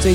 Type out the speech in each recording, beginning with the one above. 最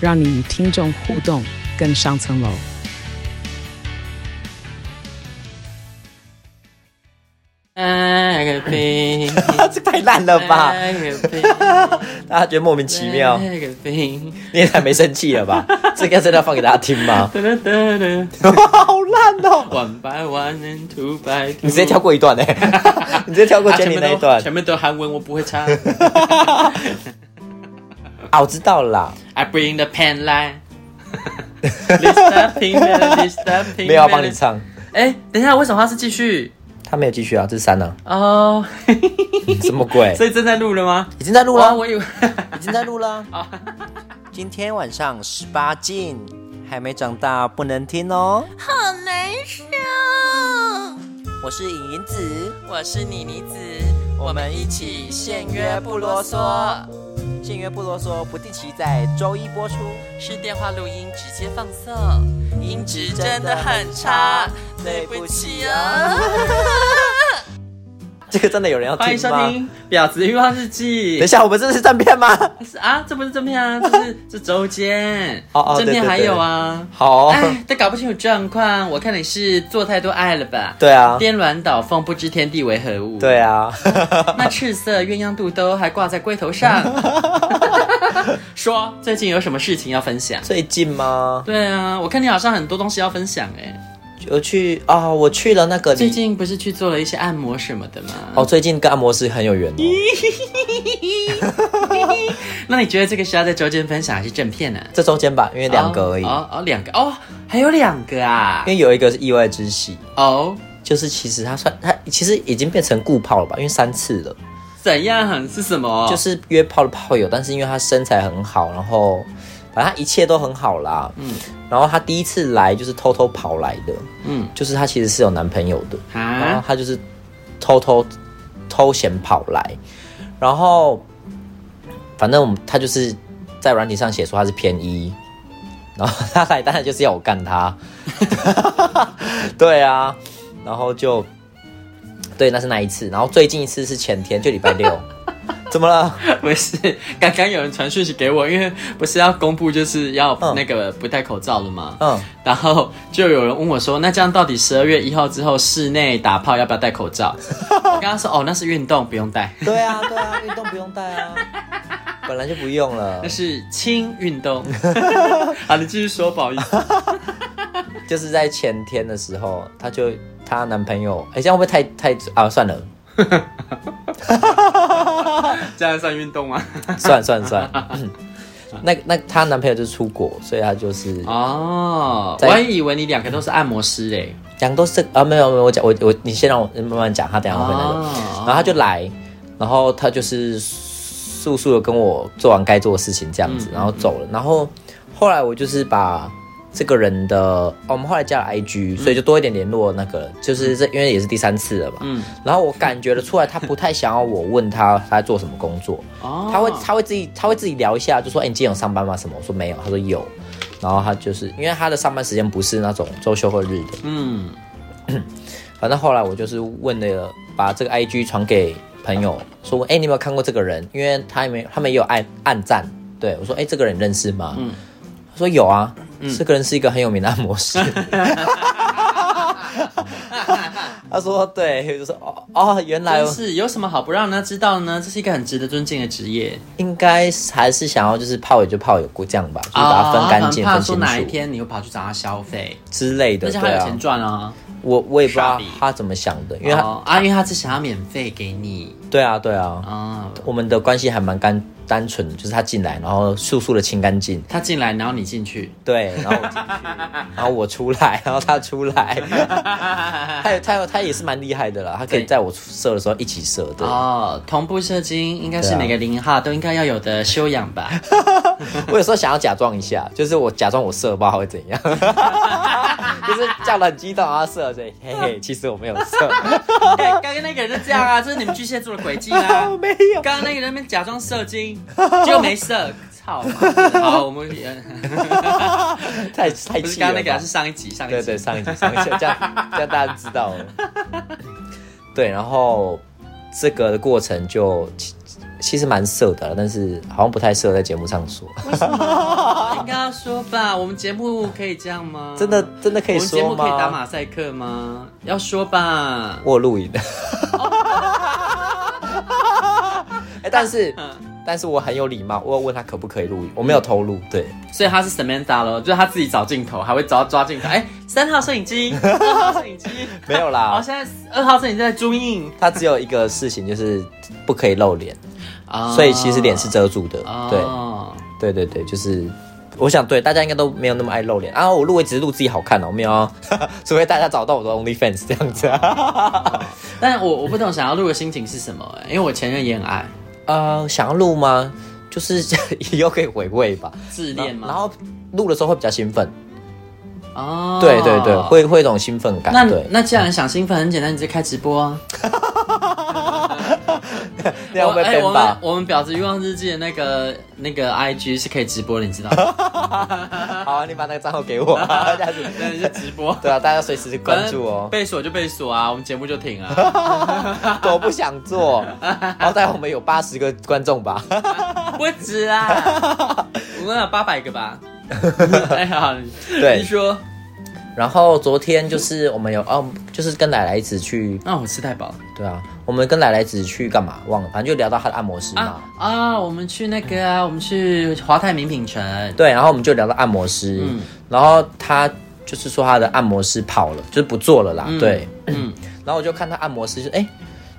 让你与听众互动更上层楼。 Agapin，这太烂了吧！ Agapin，大家觉得莫名其妙， Agapin，你也太没生气了 吧？这个真的要放给大家听吗？哒哒哒哒好烂哦！ ，One by one and two by two。你直接跳过一段呢、 你直接跳过啊，前前面面那一都段前面都韩文，我不会 唱。啊！我知道了啦， I bring the pen line。Lista pin melody，Lista pin 没有要帮你。唱，哎，等一下，为什么他是继续？他没有继续啊，这是三啊，哦， 什么鬼？所以正在录了吗？已经在录哇，了，我以哦为。已经在录 了。今天晚上十八禁，还没长大不能听哦。好难受。我是影影子，我是妮妮子。我们一起限约不啰嗦，限约不啰嗦，不定期在周一 播出。是电话录音直接放送，音质真的很差，对不起啊。 这个真的有人要欢迎听收 吗？听《婊子欲望日记等一》下，我们这是正片 吗？是啊，这不是正片啊， 这是这周间。哦哦正对片对哦还对有啊。好，哎，都搞不清楚状况，我看你是做太多爱了吧？对啊，颠鸾倒凤，不知天地为何物。对，啊， 那赤色鸳鸯肚兜还挂在龟头上。说最近有什么事情要分享？最近吗？对啊，我看你好像很多东西要分享哎、我去啊、我去了那个最礼近不是去做了一些按摩什么的吗？哦，最近跟按摩师很有缘哦。那你觉得这个是要在周间分享还是正片呢、这中间吧，因为两个而已，哦哦，两个哦，还有两个啊因。为有一个是意外之喜，哦，就是其实他算他其实已经变成固炮了吧，因为三次了，怎样是什么？就是约炮的炮友，但是因为他身材很好，然后反正他一切都很好啦。嗯然后他第一次来就是偷偷跑来的，嗯就是他其实是有男朋友的，然后啊，他就是偷偷偷闲跑来，然后反正我们他就是在软体上写说他是偏一， 然后他来当然就是要我干他， 对啊，然后就对，那是那一次，然后最近一次是前天，就礼拜 六，怎么了？不是，刚刚有人传讯息给我，因为不是要公布就是要嗯那个不戴口罩了吗？嗯，然后就有人问我说，那这样到底十二月一号之后室内打炮要不要戴口 罩？我跟他说，哦，那是运动，不用戴，对啊，对啊，运动不用带啊，本来就不用了那，是轻运 动。好，你继续说，不好意思。就是在前天的时候，她就她男朋友，哎、这样会不会太太啊？算了。这样算运动吗？算算算， 那那她男朋友就是出国，所以她就是哦，我在还以为你两个都是按摩师嘞。两个都是啊，没有没有，我讲我我你先让我慢慢讲，她等一下会那个，然后哦，她就来，然后她就是速速的跟我做完该做的事情这样子，嗯然后走了，然后后来我就是把。这个人的、哦我们后来加了嗯 IG，所以就多一点联络。那个、就是这，因为也是第三次了嘛。嗯，然后我感觉得出来，他不太想要我问他他在做什么工作，哦他会他会自己他会自己聊一下，就说：“哎、你今天有上班吗？”什么？我说没有，他说有。然后他就是因为他的上班时间不是那种周休或日的，嗯， 反正后来我就是问了，把这个 IG 传给朋友，说：“哎、你有没有看过这个人？”因为他也没他们也有暗暗赞，对我说：“哎、这个人你认识吗？”嗯他说有啊，这个人是一个很有名的按 摩师。 他说对，就说哦哦，原来真是有什么好不让人家知道呢？这是一个很值得尊敬的职业。应该还是想要就是炮友就炮友过这样吧，就是把它分干净、哦他很怕分说清哪一楚天你又跑去找他消费，之类而的。且他有对啊钱，赚啊。我我也不知傻道逼哦他怎么想的，因为他哦，啊，因为他只想要免费给你对啊对啊，啊。我们的关系还蛮干单纯就是他进来，然后速速的清干净，他进来，然后你进去，对，然后我 进去，然后我出来，然后他出来， 他也他有他也是蛮厉害的啦，他可以对在我射的时候一起射，对，哦，同步射精应该对是啊每个零号都应该要有的修养 吧？我有时候想要假装一下，就是我假装我射，不知道会怎 样，就是叫得很激动然后射，所以嘿嘿，其实我没有 射，哎刚刚那个人就这样啊，这是你们巨蟹座的轨迹啊啦。哦没有，刚刚那个人在那边假装射精，结果没射，操！ 好，我们太太不是气刚刚了那个啊，吧是。上一集，上一集。对对，上一集上一集， 这样这样大家知道了。对，然后这个的过程就其其实蛮色的啦，但是好像不太适合在节目上说。嗯应该要说吧，我们节目可以这样吗？真的真的可以说吗我们节目可以打马赛克吗？要说吧。我有 录影的。哎，但是嗯但是我很有礼貌，我有问他可不可以录影，我没有偷录。对，所以他是 Samantha 咯，就是他自己找镜头，还会找抓镜头。哎、三号摄影 机，二号摄影机，没有好，啦。现在二号摄影机在中印，他只有一个事情就是不可以露脸，啊所以其实脸是遮住的。对。哦对对对，就是我想对大家应该都没有那么爱露脸啊。我录也只是录自己好看哦，我没有要， 除非大家找到我的 OnlyFans 这样子 啊。但我我不懂想要录的心情是什么、哎因为我前任也很爱呃，想要录吗？就是 以后可以回味吧。自恋然嘛。后录的时候会比较兴奋，哦，对对对，会会有一种兴奋感。那对，嗯那既然想兴奋，很简单，你直接开直播啊。那样我会哎被我编们吧？我们婊子欲望日记的那个那个 IG 是可以直播的，你知道 吗？好啊，你把那个账 号给我啊，这样子。那是直播。对啊，大家随时关注反正 哦。被锁就被锁啊，我们节目就停 了。我不想做，好歹我们有八十个观众吧。不止啊，我们有八百个 吧。哎呀，对你说，然后昨天就是我们有哦，就是跟奶奶一起去那、我吃太饱了对啊，我们跟奶奶子去干嘛？忘了，反正就聊到她的按摩师嘛。啊啊！我们去那个啊，我们去华泰名品城。对，然后我们就聊到按摩师，嗯然后她就是说她的按摩师跑了，就是不做了啦。嗯对，嗯， 然后我就看她按摩师就，哎，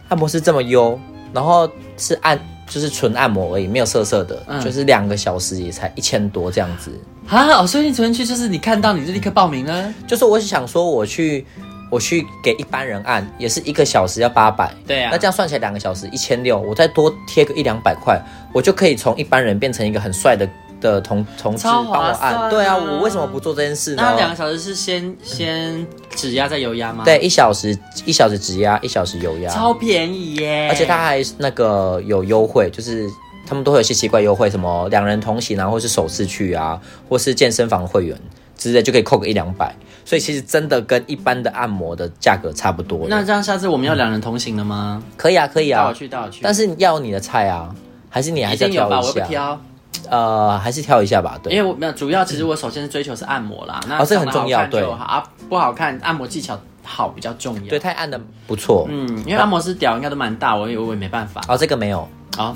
按摩师这么优，然后是按就是纯按摩而已，没有色色的，嗯就是两个小时也才一千多这样子。啊，哦，所以你昨天去就是你看到你就立刻报名了。就是我想说我去。我去给一般人按，也是一个小时要八百，对啊那这样算起来两个小时一千六，我再多贴个一两百块，我就可以从一般人变成一个很帅的的同同志超帮划我按。算啊对啊，我为什么不做这件事那呢？两个小时是先先指压再油压吗？对，，一小时一小时直压，一小时油压，超欸便宜耶！而且它还那个有优惠，就是他们都会有一些奇怪优惠，什么两人同行啊，或是首次去啊，或是健身房会员之类，就可以扣个一两百。所以其实真的跟一般的按摩的价格差不多了。那这样下次我们要两人同行了吗？可以啊，可以带啊我，去，带我去。但是要你的菜啊，还是你还一是要定有吧？挑我又一不下？挑，呃，还是挑一下吧。因对为我没有主要，其实我首先是追求是按摩啦。那哦这个很重要长得好看就对好啊，不好看，按摩技巧好比较重要。对，，太暗的不错。嗯，嗯，因为按摩师屌应该都蛮大，我以为我也没办法。哦，这个没有，好，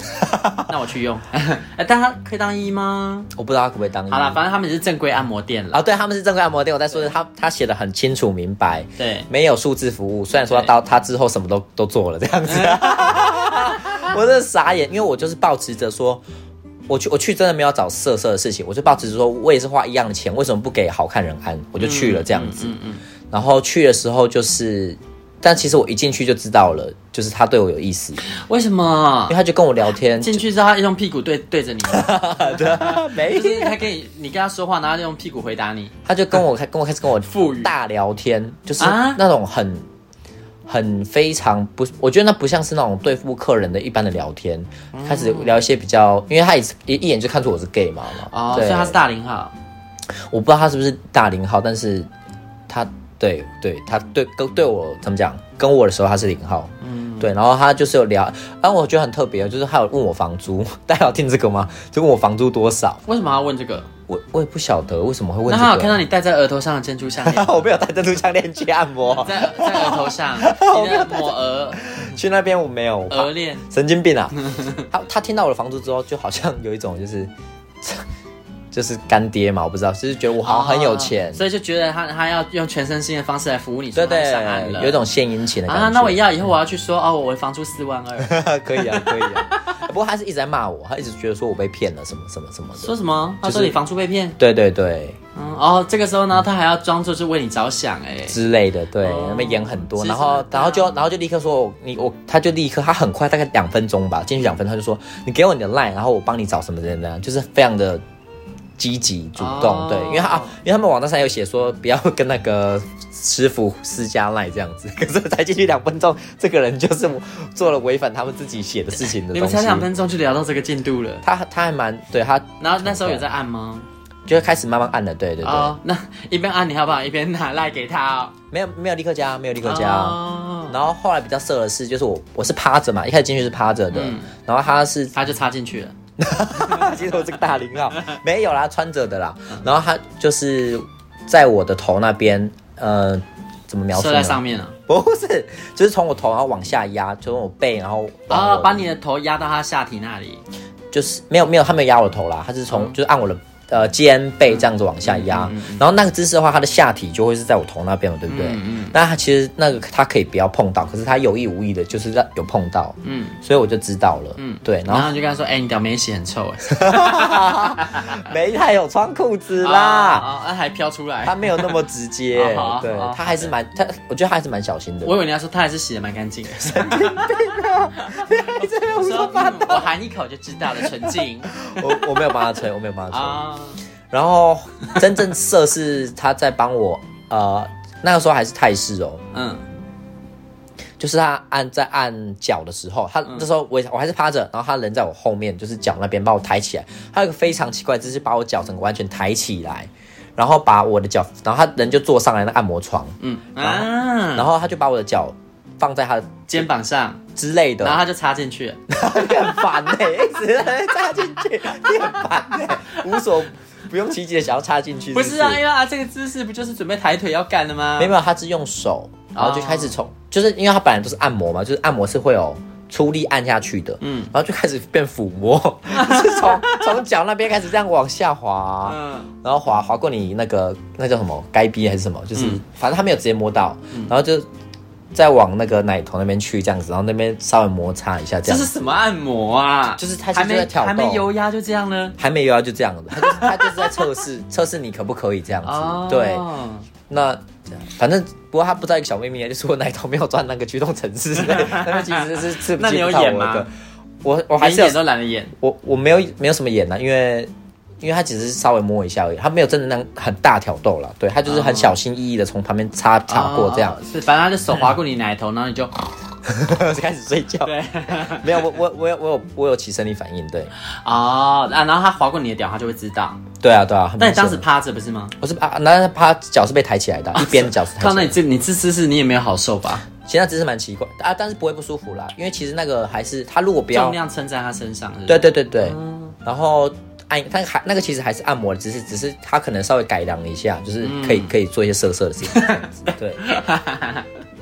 那我去用。 哎，但他可以当一吗？我不知道他可不可以当。好啦，反正他们也是正规按摩店啦。嗯啊，对，他们是正规按摩店，我在说的他他写的很清楚明白，对，没有数字服务。虽然说他到他之后什么都都做了这样子，嗯 我真的傻眼，因为我就是抱持着说。我去，我去真的没有找色色的事情，我就抱持着说，我也是花一样的钱，为什么不给好看人按？我就去了这样子。嗯嗯，然后去的时候就是，但其实我一进去就知道了，就是他对我有意思，因嗯为什么为？他就跟我聊天，进去之后，他用屁股对对着你， 没就是他跟你，你跟他说话，然后他用屁股回答你。他就跟我开跟我开始跟我腹语大聊天，就是啊那种很、很非常不，我觉得那不像是那种对付客人的一般的聊天，嗯开始聊一些比较，因为他也是一一眼就看出我是 gay 嘛嘛，哦，所对，以他是大零号。我不知道他是不是大零号，但是他对对他对跟对我怎么讲，跟我的时候他是零号，嗯，对，然后他就是有聊，然后我觉得很特别，就是他有问我房租， 大家有听这个吗？就问我房租多少，为什么要问这个？我我也不晓得为什么会问那这他有看到个。啊你戴在额头上的珍珠项 ，链我没有带珍珠项链去按 摩，在在额头上，你的抹额去那边我没有，我怕额链， 神经病啊！他他听到我的房租之后，就好像有一种就是就是干爹嘛，我不知道，就是觉得我好像很有钱，啊所以就觉得他他要用全身心的方式来服务你，所对以他就上岸对，了有一种献殷勤的感觉。啊，那我一，样，以后我要去说哦，我房租四万二， 可以啊，可以啊。不过他是一直在骂我，他一直觉得说我被骗了什么什么什么说的。什么？他说就是你房租被骗，对对对，嗯，哦，这个时候呢，他还要装作是为你着想，哎，之类的，对，哦那边演很多，其实然后真的然后就然后就立刻说我你我，他就立刻他很快大概两分钟吧，进去两分钟他就说你给我你的 line，然后我帮你找什么人呢？就是非常的积极主动，哦对，因为他、啊、因为他们网站上有写说不要跟那个师傅私加 line 这样子， 可是我才进去两分钟，这个人就是做了违反他们自己写的事情的你东们西才。两分钟就聊到这个进度了，他他还蛮对他然后那时候有在按吗？就开始慢慢按了，对对对，哦，那一边按你好不好，一边拿赖给他哦，没有没有立刻加，没有立刻加。哦然后后来比较色的是，就是我我是趴着嘛，一开始进去是趴着的，嗯然后 他是，他就插进去了，其实我是个大零号，没有啦，穿着的啦，然后他就是在我的头那边，呃，怎么描述射呢？在上面了，不是，就是从我头然后往下压，就从我背，然后往哦，我把你的头压到他下体那里，就是没有没有，他没有压我头啦，他是嗯从、就是按我的呃肩背这样子往下压，然后那个姿势的话，他的下体就会是在我头那边嘛，对不对？嗯那他其实那个他可以不要碰到，可是他有意无意的，就是让有碰到，嗯所以我就知道了，嗯，对，然然后后你就跟他说，哎，你屌没洗很臭，哎，没他有穿裤子哦啦，哦那还飘出来他。没有那么 直接啊好好，对好好他还是蛮他，我觉得他还是蛮小心的我。以为你要说他还是洗的蛮干净的，神经病啊！我说嗯我含一口就知道了，纯净我我没有帮他吹，我没有帮他吹。啊，然后真正色是他在帮我，呃，那个时候还是泰式哦，嗯，就是他按在按脚的时候，他这时候我也我还是趴着，然后他人在我后面，就是脚那边把我抬起来。他有一个非常奇怪的姿势，把我脚整个完全抬起来，然后把我的脚，然后他人就坐上来那按摩床，嗯啊，然后他就把我的脚放在他的肩膀上，之类的， 然后他就插进去了，很烦呢、欸， 一直在那边插进去，你很烦呢、无所不用其极的想要插进去不是是啊，因为啊这个姿势不就是准备抬腿要干的吗？没有，他是用手，然后就开始从，就是因为他本来都是按摩嘛，就是按摩是会有出力按下去的，嗯嗯，然后就开始变抚摸， 就是从从脚那边开始这样往下滑，嗯，然后滑滑过你那个那叫什么该逼还是什么，就是、嗯反正他没有直接摸到，然后就再往那个奶头那边去这样子，然后那边稍微摩擦一下这这样是子。什么按摩啊？就是他还现在没在挑逗还没油压就这样呢。还没有啊，就这样子，他就是他就是在测试测试你可不可以这样子。哦，对，那反正不过他不知道一个小秘密，啊 就是我奶头没有钻那个驱动程式， 那个其实是刺那你有刺不到演我吗的。我我我还还是是有演都懒得演，我我没有没有什么演啊，因为因为他只是稍微摸一下而已，他没有真的那样很大挑逗啦。对他就是很小心翼翼的从旁边擦擦过这样哦，是，反正他就手划过你奶头，然后你就 开始睡觉。哦对，没有，我我我有我有我有起生理反应，对 哦啊，然后他划过你的屌，他就会知道。对啊对啊。很但你明显当时趴着不是吗？我是啊，那他脚是被抬起来的，啊一边脚是抬起来看的到。你这你这姿势你也没有好受吧？其实那姿势蛮奇怪啊，但是不会不舒服啦，因为其实那个还是他如果不要重，量撑在他身上是不是，对对对对，然后按，但还那个其实还是按摩的姿势，只是他可能稍微改良了一下，就是可以、可以做一些色色的事情，这样子对。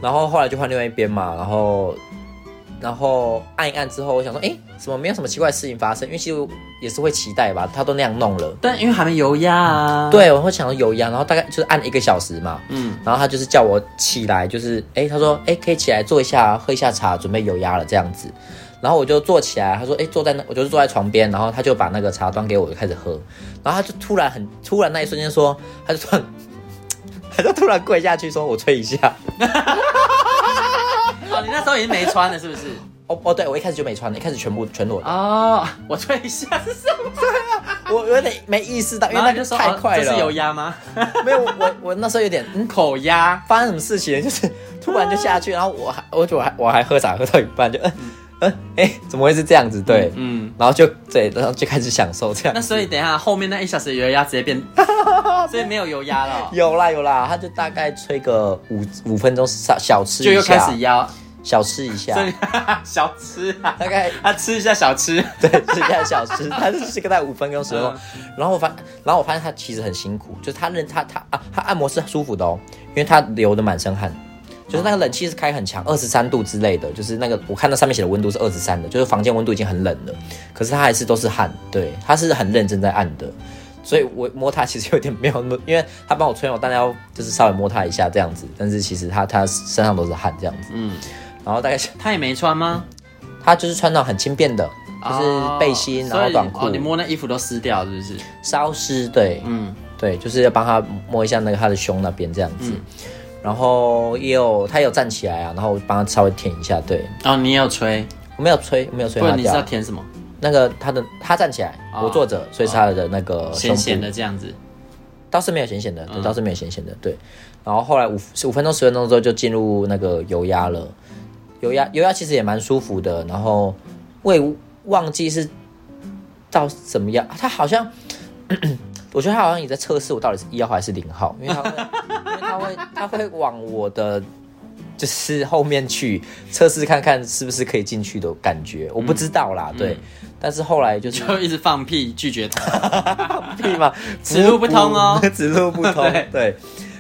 然后后来就换另外一边嘛，然后然后按一按之后，我想说，哎，怎么没有什么奇怪的事情发生？因为其实我也是会期待吧，他都那样弄了。但因为还没油压啊。，对，我会想到有压，然后大概就是按一个小时嘛，嗯，然后他就是叫我起来，就是哎，他说哎可以起来坐一下，喝一下茶，准备有压了这样子。然后我就坐起来，他说哎坐在那，我就是坐在床边，然后他就把那个茶端给我，我就开始喝。然后他就突然很突然那一瞬间说，他就突然他就突然跪下去说，我吹一下。哦，你那时候已经没穿了是不是？ 哦哦，对我一开始就没穿，一开始全部全裸的，哦，我吹一下是什么？我有点没意识到，因为然后那你就个说太哦快这是油了，压 吗？没有我我那时候有点嗯。口压。发生什么事情，就是突然就下去，啊然后我还，我就我还我还喝茶喝到一半就，嗯嗯，哎、怎么会是这样子？对，嗯，然后就对，然后就开始享受这样。那所以等一下后面那一小时的油压直接 变，所以没有油压了哦，有啦有啦，他就大概吹个五五分钟，小小吃就一又开下，始压，小吃一下所，以 小吃啊，大概啊吃一下小吃。对，是这样小吃，他就是大概五分钟十分钟嗯。然后我发，然后我发现他其实很辛苦，就是他认他他啊，他按摩是舒服的哦，因为他流的满身汗，就是嗯那个冷气是开很强，二十三度之类的，就是那个我看到上面写的温度是二十三的，就是房间温度已经很冷了，可是他还是都是汗，对，他是很认真在按的。所以我摸它其实有点没有那么，因为它帮我吹，我当然要就是稍微摸它一下这样子，但是其实它它身上都是汗这样子，嗯，然后大概是他也没穿吗？它就是穿那种很轻便的，就是背心，哦然后短所以裤哦，你，摸那衣服都湿掉是不是？稍湿，对，嗯，对，就是要帮他摸一下那个他的胸那边这样子，嗯然后也有他也有站起来啊，然后我帮他稍微舔一下，对哦，你也有吹，我没有吹，我没有吹不他然你知道掉，舔什么？那个他的他站起来，哦我坐着，所以是他的那个哦胸咸咸部的这样子，倒是没有显显的，对，倒是没有显显的，对。然后后来五是五分钟十分钟之后就进入那个油压了，油压油压其实也蛮舒服的，然后我也忘记是到怎么样，他好像。 我觉得他好像也在测试我到底是一号还是零号，因为他会，因为他会，他会往我的就是后面去测试看看是不是可以进去的感觉，我不知道啦，对。但是后来就是就一直放屁拒绝他。屁 嘛，此路不通哦 此路不通对。对，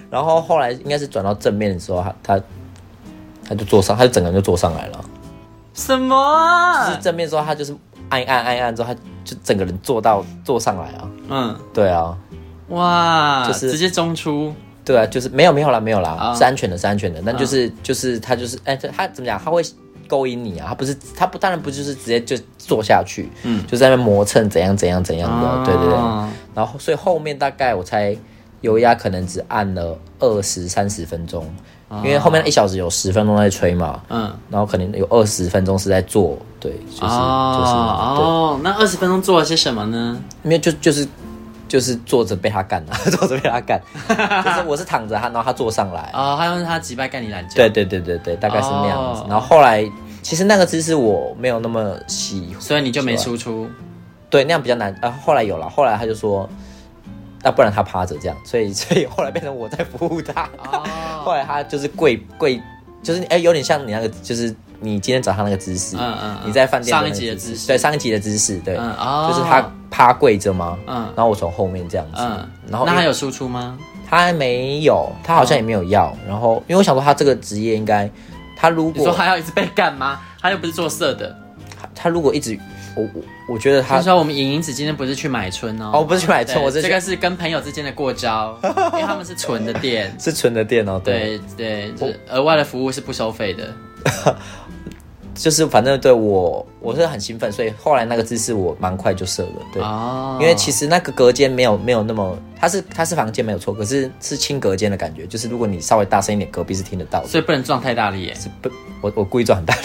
然后后来应该是转到正面的时候，他他他就坐上，他就整个人就坐上来了。什么啊？就是正面之后，他就是按一按按一按之后，他就整个人坐到坐上来啊。嗯，对啊，哇，就是直接中出，对啊，就是没有没有啦没有啦，啊是安全的，是安全的。但就是、就是他就是哎、这他怎么讲？他会勾引你啊，他不是他不当然不就是直接就坐下去，嗯就在那边磨蹭怎样怎样怎样的，对对对。哦然后所以后面大概我猜油压可能只按了二十三十分钟，因为后面一小时有十分钟在吹嘛，嗯，然后可能有二十分钟是在做，对，就是、啊就是哦哦，那二十分钟做了些什么呢？对，没有就就是。就是坐着被他干啊， 坐着被他干，就是我是躺着他，然后他坐上来，哦，他用他击败干你懒觉，对，对对对对，大概是那样子。哦然后后来其实那个姿势我没有那么喜欢，所以你就没输出，对，那样比较难。呃，后来有了，后来他就说，那不然他趴着这样，所以 所以后来变成我在服务他。后哦，来他就是跪跪，就是哎、有点像你那个，就是你今天早上那个姿势，嗯嗯嗯你在饭店上那一个集的姿势对，上一集的姿势，对，嗯哦就是他趴跪着吗？嗯然后我从后面这样子，嗯，然后那他因为有输出吗？他还没有，他好像也没有要，然后因为我想说他这个职业应该，他如嗯你说果还要一直被干吗？他又不是做色的。他他如果一直，我我我觉得他他。说我们莹莹子今天不是去买春哦，哦，我不是去买春，对我是这去。个是跟朋友之间的过招，因为他们是纯的店是纯的店哦。对对，就是额外的服务是不收费的。就是反正对我我是很兴奋，所以后来那个姿势我蛮快就射了。对，哦，因为其实那个隔间没有没有那么，它是它是房间没有错，可是是轻隔间的感觉，就是如果你稍微大声一点，隔壁是听得到的。所以不能撞太大力耶。是不，我我故意撞很大力，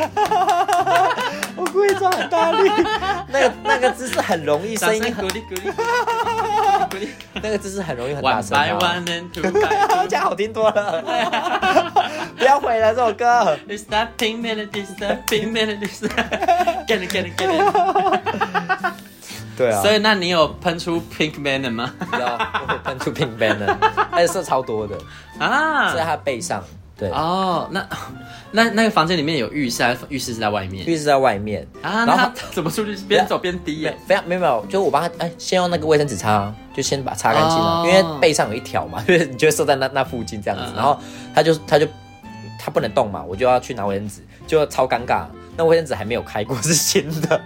我故意撞很大力， 那个那个姿势很容易，声音很鼓励鼓励鼓励。那个姿势很容易很大晚声、白啊。晚能吐白。 这样好听多 了，不要毁了这首 歌。 It's that pink melody, it's that pink melody, it's that get it, get it, get 对 it。啊，所以，那你有喷出 pink melon 吗？要我喷出冰 ban 了，而且射超多的，射在啊，他背上。对，哦，那 那那个房间里面有浴室，还是浴室是在外面浴室在外面啊？那他怎么出去？边走边滴没耶。非常没有没有，就是我帮他哎，先用那个卫生纸擦啊，就先把它擦干净哦嗯了，因为背上有一条嘛， 就是你就会射在那那附近这样子，然后他就他就他不能动嘛，我就要去拿卫生纸，就超尴尬，那卫生纸还没有开过，是新的，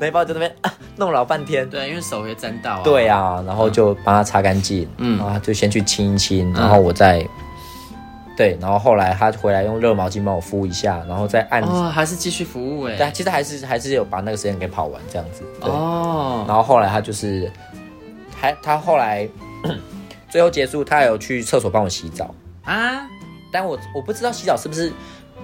那一包就在那边、啊、弄老半天。对，因为手会沾到啊。对啊，然后就帮他擦干净，嗯嗯，然后他就先去清一清，然后我再，对，然后后来他回来用热毛巾帮我敷一下，然后再按，哦，还是继续服务对，哎。其实还是还是有把那个时间给跑完这样子，对，哦，然后后来他就是，还他后来最后结束，他有去厕所帮我洗澡，啊，但我我不知道洗澡是不是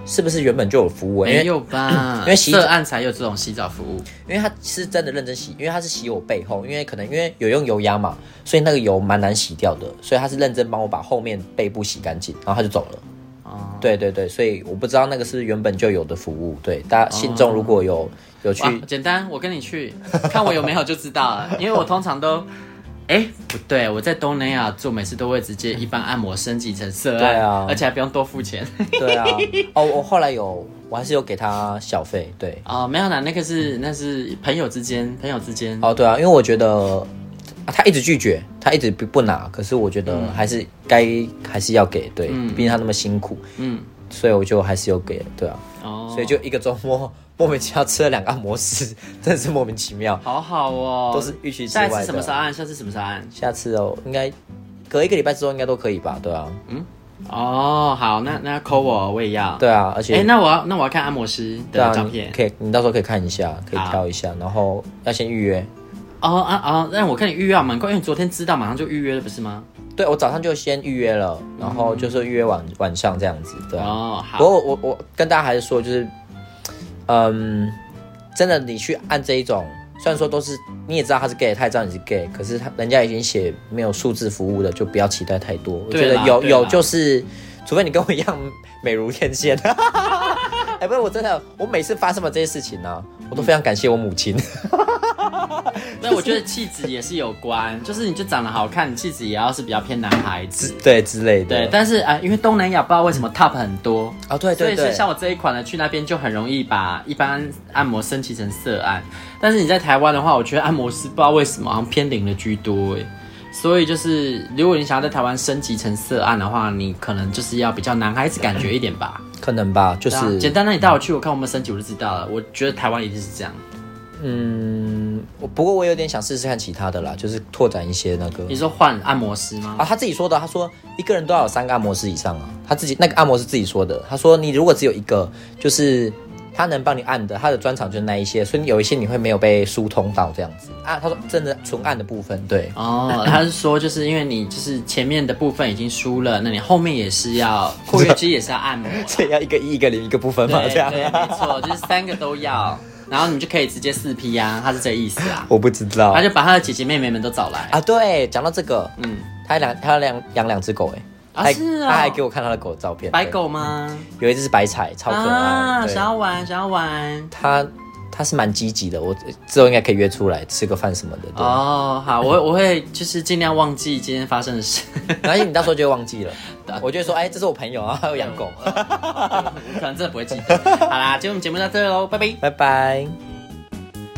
是不是原本就有服务、欸因没为有吧？因为洗澡涉案才有这种洗澡服务。因为他是真的认真洗，因为他是洗我背后，因为可能因为有用油压嘛，所以那个油蛮难洗掉的，所以他是认真帮我把后面背部洗干净，然后他就走了。哦，对对对，所以我不知道那个是不是原本就有的服务。对，大家信众如果有有去哦哇，简单，我跟你去，看我有没有就知道了。因为我通常都，哎、不对，我在东南亚做，每次都会直接一般按摩升级成色，对啊而且还不用多付钱。 对啊，哦，我后来有，我还是有给他小费。 对，哦，没有啦，那个是那是朋友之间，朋友之间。哦，对啊，因为我觉得、啊他一直拒绝，他一直不不拿，可是我觉得嗯还是该、还是要给，对，毕、竟他那么辛苦，嗯，所以我就还是有给，对啊，哦，所以就一个周末。莫名其妙吃了两个按摩师，真的是莫名其妙。好好哦，都是预期之下外的一次什么时候按？下次什么时候按？下次哦，应该隔一个礼拜之后应该都可以吧？对啊，嗯哦，好，那那扣我，我也要。，对啊，而且哎、那我要那我要看按摩师对的啊，照你片。可以，你到时候可以看一下，可以好挑一下，然后要先预约。哦啊哦，那我看你预约啊蛮快，因为你昨天知道马上就预约了，不是吗？对我早上就先预约了，然嗯后就是预约晚晚上这样子，对啊。哦，不好，过我我我跟大家还是说，就是，嗯，真的你去按这一种，虽然说都是你也知道他是 gay，他也知道你是 gay，可是他人家已经写没有数字服务的，就不要期待太多。我觉对得啦有对有啦就是，除非你跟我一样美如天仙。 哎、不是，我真的，我每次发生了这些事情呢、我都非常感谢我母亲。 那我觉得气质也是有关，就是你就长得好看，你气质也要是比较偏男孩子。对之类的。对，但是啊、因为东南亚不知道为什么 top 很多，啊、对对所以对，是像我这一款呢，去那边就很容易把一般按摩升级成色按。但是你在台湾的啊话，我觉得按摩师不知道为什么好像偏零的居多哎。所以就是，如果你想要在台湾升级成色按的话，你可能就是要比较男孩子感觉一点吧。可能吧，就对啊是简单，那你带我去，我看我们升级我就知道了。我觉得台湾一定是这样。嗯，我不过我有点想试试看其他的啦，就是拓展一些那个你说换按摩师吗？啊，他自己说的，他说一个人都要有三个按摩师以上啊，他自己那个按摩师自己说的，他说你如果只有一个，就是他能帮你按的，他的专长就是那一些，所以有一些你会没有被疏通到这样子啊。他说真的纯按的部分，对，哦，他是说就是因为你就是前面的部分已经输了，那你后面也是 要啊括约肌也是要按摩啦。所以要一个一一个零一个部分嘛，对这样。对，没错，就是三个都要，然后你就可以直接四 P 呀、他是这意思啊。我不知道他就把他的姐姐妹妹们都找来，啊，对，讲到这个，嗯，他养他养养两只狗哎、啊他还是哦他还给我看他的狗的照片，白对狗吗？有一只是白彩，超可爱。啊，对想要玩，想要玩。他他是蛮积极的，我之后应该可以约出来吃个饭什么的。对，哦，好，我我会就是尽量忘记今天发生的事， 而且你到时候就会忘记了。我就会说，哎、这是我朋友啊，他有养狗。我可能真的不会记得。好啦，今天我们节目到这喽，拜拜。拜拜。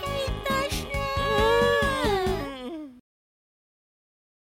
看。